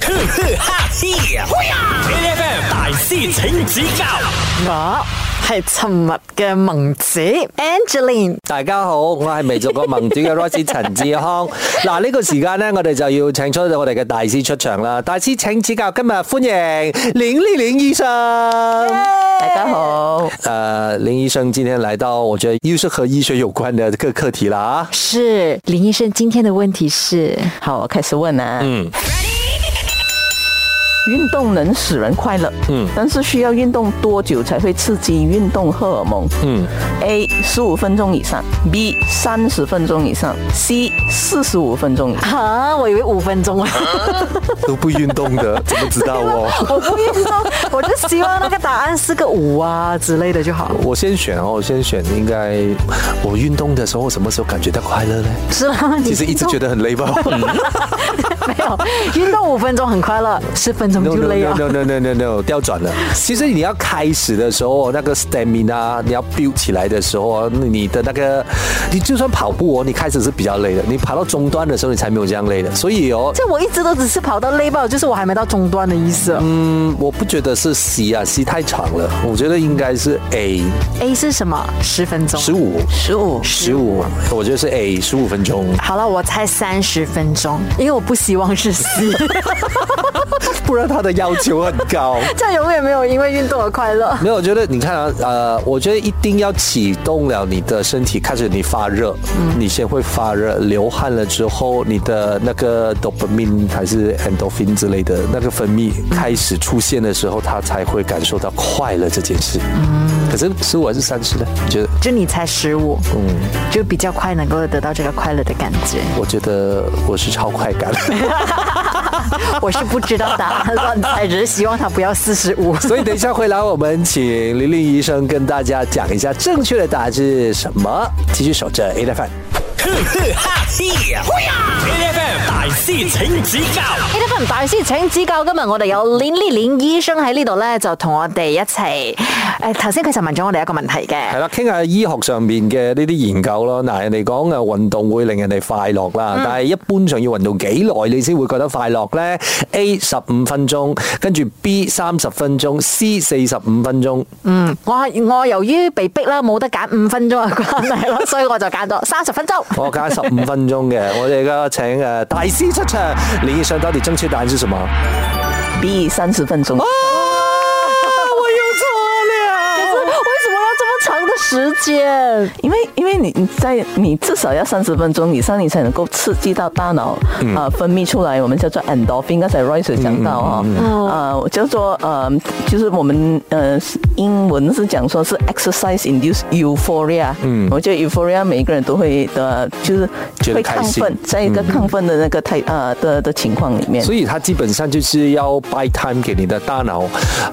哈嘿，A F M 大师请指教。我係沉默嘅萌子 Angeline，大家好，我系未做過盟主嘅 Rosie 陳志康。嗱，呢個時間呢，我哋就要請出我哋嘅大師出場啦。大師請指教，今日歡迎林麗玲醫生。大家好，呃，林醫生今天來到，我覺得又是和醫學有關的各課題啦啊。是林醫生。今天的問題是，好，我开始问啊。嗯。运动能使人快乐，嗯，但是需要运动多久才会刺激运动荷尔蒙？嗯，A 十五分钟以上，B 三十分钟以上，C 四十五分钟以上。啊，我以為五分鐘啊，都不运动的，怎么知道 哦？我不运動， 我就希望那個答案是个五啊之類的就好，我先選哦，我先選應該我運動的時候，什麼時候感覺到快樂呢？是嗎？其實一直覺得很累 吧。嗯得 没有运動五分鐘很快樂，十分鐘 No 就 no 累啊 no 了。 no no no no no 调 转了。其实你要开始的时候，那个 stamina 你要 build 起来的时候啊，你的那个你就算跑步哦，你开始是比较累的，你跑到中段的时候你才没有这样累的。所以哦，这我一直都只是跑到累爆，就是我还没到终端的意思哦。嗯，我不觉得是 C 啊，C 太长了，我觉得应该是 A A 是什么？十分鐘。十五十五十五，我觉得是 A 十五分钟，好了，我猜三十分鐘，因為我不希望 是 C，不然他的要求很高。这样永远没有因为运动而快乐。没有，我觉得你看啊，呃，我觉得一定要启动了你的身体，开始你发热，你先会发热，流汗了之后，你的那个 dopamine 还是 endorphin 之类的那个分泌开始出现的时候，他才会感受到快乐这件事。可是十五还是三十呢？你觉得？就你才十五，嗯，就比较快能够得到这个快乐的感 觉。我觉得我是超快感，我是不知道答案，乱猜，只是希望他不要四十五。所以等一下回来我们请玲玲医生跟大家讲一下正确的答案是什么。继续守着 A F M。哈嘿，A F M 大师请指教。呢一份大師請指教，今日我哋有連連連醫生喺呢度咧，就同我哋一齊。誒頭先佢就問咗我哋一個問係題嘅，啦，傾下醫學上面嘅呢啲研究咯。嗱，人哋講嘅運動會令人哋快樂啦，但係一般上要運動幾耐你先會覺得快樂呢 a 十五分鐘，跟住 B 三十分鐘，C 四十五分鐘。嗯，我我由於被逼啦，冇得揀五分鐘嘅關係咯，所以我就揀咗三十分鐘。我揀十五分鐘嘅。我哋而家請誒大師出場，李醫生到底正確答案是什麼？啊， B 三十分哦钟。我又錯了。為什麼要這麼長的時間？因为因为你你在你至少要三十分钟以上，你才能够刺激到大脑啊、呃分泌出来，我们叫做 endorphin。刚才 Royce 有讲到哦，呃，叫做呃，就是我们呃英文是讲说是 exercise induced euphoria。嗯，我觉得 euphoria 每一个人都会的，就是觉得会开亢心奋，在一个亢奋的那个态呃的的情况里 面所。以它基本上就是要 buy time 给你的大脑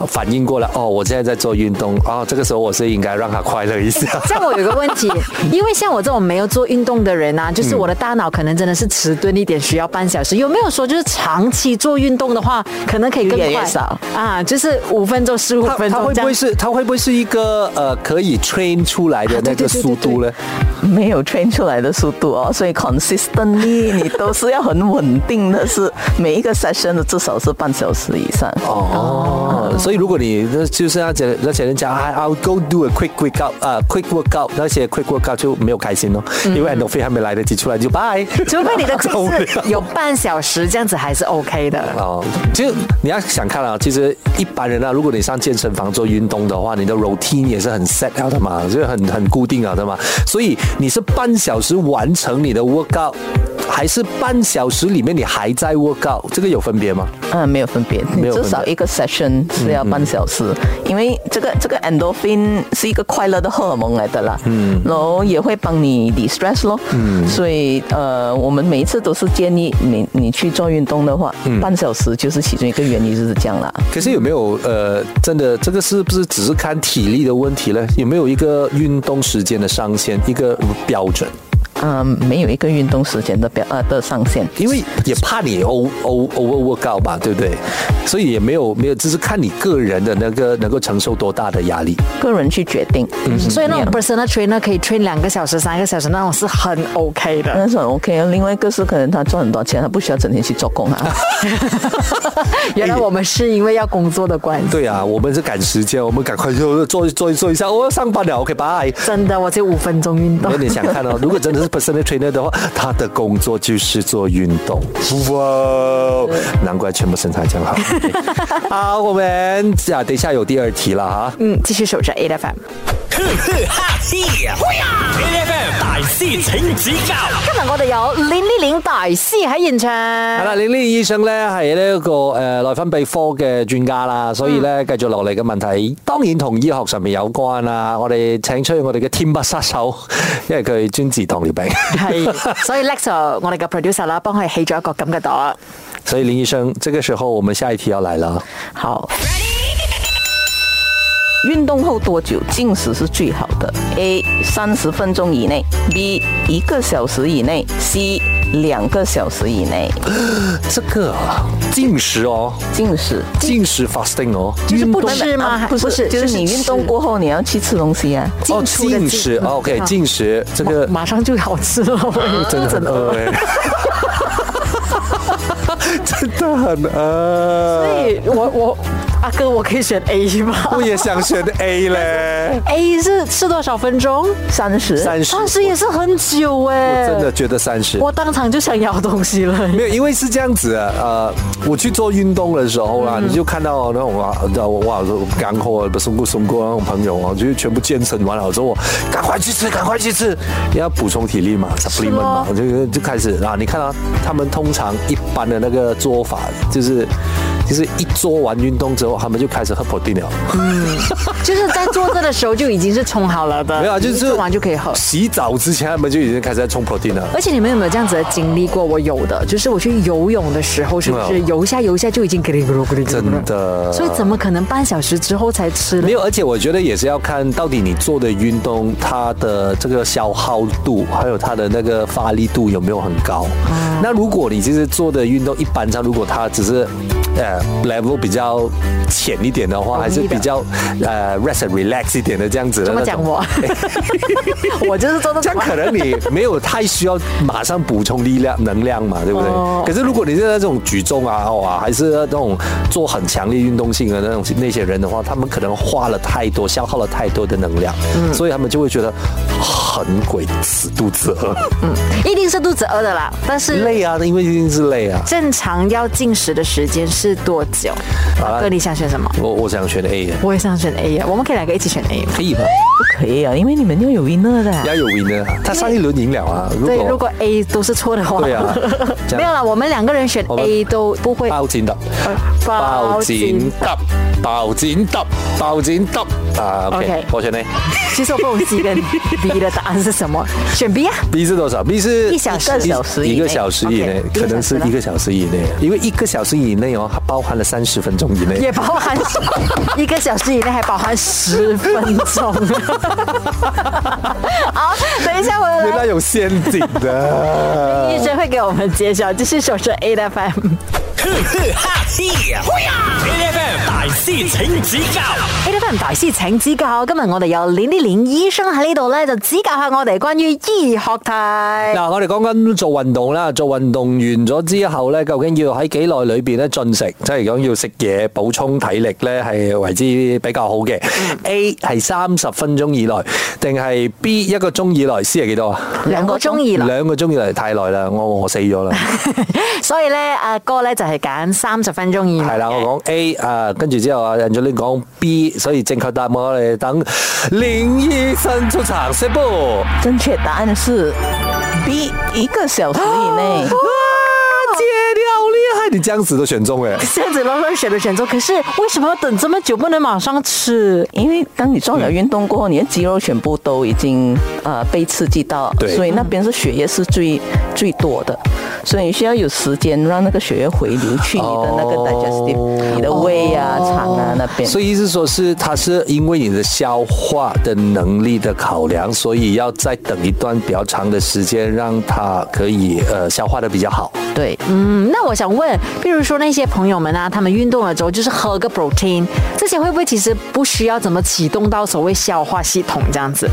反应过来，哦，我现在在做运动，哦，这个时候我是应该让它快乐一 下。像我有个问题，因为像我这种没有做运动的人啊，就是我的大脑可能真的是迟钝一点，需要半小时。有没有说就是长期做运动的话，可能可以更快越来越少啊？就是五分钟、十五它分它钟会这不会样。是它会不会是一个呃可以 train 出来的那啊对个对对速度呢？没有 train 出来的速度哦，所以 consistently 你都是要很稳定的是，每一个 session 的至少是半小时以上。哦，所以如果你就是那些那些人讲啊，I'll go do a quick workout 啊，quick workout 那些 quick workout 就没有开心咯，因为 endorphin 还没来得及出来就 bye。 嗯除非你 的受不了就是有半小时这样子还是 OK 的。哦，其实你要想看啊，其实一般人啊，如果你上健身房做运动的话，你的 routine 也是很 set out 的嘛，就是很很固定了的嘛。所以你是半小时完成你的 workout，还是半小时里面你还在 workout，这个有分别吗？嗯，没有分别，没有分别至少一个 session 是要半小时，因为这嗯个这个 endorphin 是一个快乐的荷尔蒙来的啦，嗯，然后也会帮你 de stress 咯，嗯，所以呃，我们每一次都是建议你你去做运动的话，嗯半小时就是其中一个原因就是这样啦。可是有没有呃，真的这个是不是只是看体力的问题呢？有没有一个运动时间的上限，一个标准？嗯，没有一个运动时间的表呃的上限，因为也怕你 over over workout 吧，对不对？所以也没有没有，只是看你个人的那个能够承受多大的压力。个人去决定，嗯所以那种 Yeah personal trainer 可以 train 两个小时、三个小时那种是很 OK 的。那是很 OK 啊。另外一个是可能他赚很多钱，他不需要整天去做工啊。 原来我们是因为要工作的关系。对啊，我们是赶时间，我们赶快就做做做一下，我要上班了，OK，拜。 真的，我只有五分钟运动那。你想看 哦，如果真的是 personal trainer 的话，他的工作就是做运动。哇哦，难怪全部身材这样好。OK 好，我们啊，等一下有第二题了哈。嗯，继续守着 A F M。呵呵哈嘿呀！A F M 大师请指教今日我哋有林丽玲大师喺現場。系啦，李呢醫生咧係呢一個誒內分泌科嘅專家啦，所以咧繼續落嚟嘅問題，當然同醫學上面有關啦。我哋請出我哋嘅天筆殺手， 因為佢專治糖尿病， 係，所以 Lex 就我哋嘅 producer 啦，幫佢起咗一個咁嘅朵。所以林醫生，這個時候我們下一題要來了。好。运动后多久进食是最好的？A. 三十分钟以内，B. 一个小时以内，C. 两个小时以内這個啊禁食哦，进食。禁食 fasting 哦，就是不運動吃吗？不是，就是你运动过后你要去吃东西啊。哦，进出的禁进食嗯哦，OK，好禁食这個马上就好吃了， 我真的很餓欸 真的很餓。对我我阿哥，我可以选 A 吗我也想选 A 嘞。 ？A 是吃多少分钟？三十，三十，三十也是很久哎，我真的，觉得三十。我当场就想咬东西了。没有，因为是这样子啊，呃，我去做运动的时候啦，你就看到那种啊，哇，干货不松过松过那种朋友啊，就是全部健身完了之后，我赶快去吃，赶快去吃，要补充体力嘛，supplement 嘛，我就就开始啊，你看啊，他们通常一般的那个做法就是。就是一做完运动之后，他们就开始喝 protein 了。就是在做这的时候就已经是冲好了 的，没有啊，就是你做完就可以喝。洗澡之前，他们就已经开始在冲 protein 了。而且你们有没有这样子的经历过？我有的，就是我去游泳的时候，是不没是有游一下游一下就已经咕噜咕噜咕噜咕噜咕噜真的所以怎么可能半小时之后才吃呢没？有，而且我觉得也是要看到底你做的运动，它的这个消耗度，还有它的那个发力度有没有很高。啊那如果你其实做的运动一般上，如果它只是呃 level 比较浅一点的话，还是比较呃 rest and relax 一点的这样子的这么那讲种。我， 我就是 做到这样可能你没有太需要马上补充力量能量嘛，对不对哦？可是如果你是那种举重啊、哇，还是那种做很强烈运动性的那种那些人的话，他们可能花了太多，消耗了太多的能量，嗯所以他们就会觉得很鬼死肚子 饿，一定是肚子饿的啦。但是累啊，因为一定是累啊。正常要进食的时间是多久？啊哥，你想选什么？我我想选 A 耶我也想选 A 啊呀，我们可以两个一起选 A 吗？可以吧？不可以啊，因为你们要有 winner 的啊。要有 winner，啊他上一轮赢了啊。对，如果 A 都是错的话，对 啊这样没有啦，我们两个人选我们 A 都不会包剪揼，包剪揼，包剪揼，包剪揼啊 OK 我选 A。其实我不懂 C 跟 B 的答案是什么，选 B 啊。 B 是多少？B 是一小时一一个小时以内 OK，，可能是一个小时以内，因为一个小时以内哦，它包含了三十分钟以内。 也包含一个小时以内，还包含十分 钟。好，等一下我原来来有陷阱 的。医生会给我们揭晓。继续守着 A 的 FM，A 呵呵哈嘿呀！A F M 大师请指教的 FM 大師請指教。今日我哋有林啲林醫生喺呢度咧，就指教下我哋關於醫學題。嗱，我哋講緊做運動啦，做運動完咗之後咧，究竟要喺幾耐裏邊咧進食，即係講要食嘢補充體力咧，係為之比較好嘅。A 嗯係三十分鐘以內，定係 B 一個鐘以內？C 係幾多啊？兩個鐘以內，兩個鐘以內太耐啦，我餓死咗啦。所以咧，阿哥咧就係揀三十分鐘以內 係啦，嘅我講 A 啊，跟住之後啊，人俊你講 B，所以正確答案我哋等林醫生出場先噃。正确答案是 B，一个小时以嗯内。哇，姐你好厲害，你这樣子都選中哎！这样子乱乱选的选中，可是为什么要等这么久？不能马上吃？因为当你做嗯了运动过后，你的肌肉全部都已经呃被刺激到，对所以那边是血液是最最多的，所以你需要有时间让那个血液回流去你的那个哦 digestive，、你的胃啊、肠啊那边。所以意思说是，它是因為你的消化的能力的考量，所以要再等一段比較長的時間，讓它可以呃消化的比較好。对，嗯，那我想问，比如说那些朋友们啊，他们运动了之后就是喝个 protein，这些会不会其实不需要怎么启动到所谓消化系统这样子？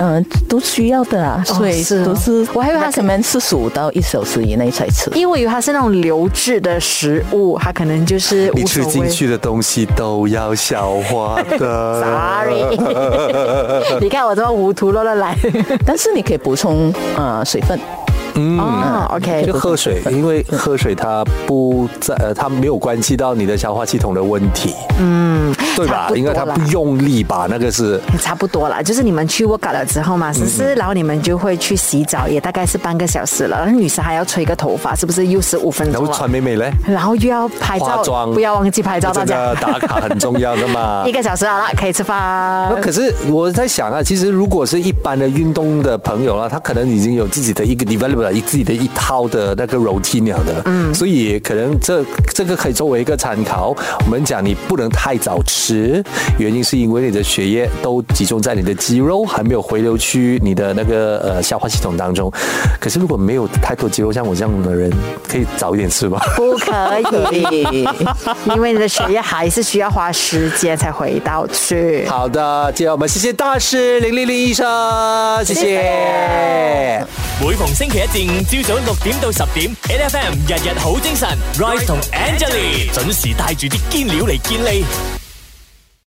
嗯，都需要的啊，哦所以是哦都是。我还以为它是前面四十五到一小时以内才 吃。因为我以为它是那种流质的食物，它可能就是你无所吃进谓。去的东西都要消化的。 Sorry，你看我这么糊涂落落来。但是你可以补充呃水 分，哦就，OK，喝水，因为喝水它不在，呃，它没有关系到你的消化系统的问题，嗯，对差吧不？多因为它不用力吧，那个是差不多啦，就是你们去 workout 了之后嘛，思思，然后你们就会去洗澡，也大概是半个小时了。然后女生还要吹个头发，是不是又十五分然钟后了传？媒美嘞，然后又要拍化照妆，不要忘记拍照，大真家的打卡很重要的 嘛一。个小时好了，可以吃饭那。可是我在想啊，其实如果是一般的运动的朋友啊啦，他可能已经有自己的一个 develop 了，自己的一套的那个 routine 了的，嗯，所以可能这这个可以作为一个参考。我们讲你不能太早吃，原因是因为你的血液都集中在你的肌肉，还没有回流去你的那个呃消化系统当中。可是如果没有太多肌肉，像我这样的人，可以早一点吃吧。不可以， 因为你的血液还是需要花时间才回到去。好的，接下来我们谢谢大师林丽丽医生，谢谢。谢每逢星期一至五朝早六點到十點，N F M 日日好精神，Rise 同 Angelie 準時帶住啲堅料嚟健利。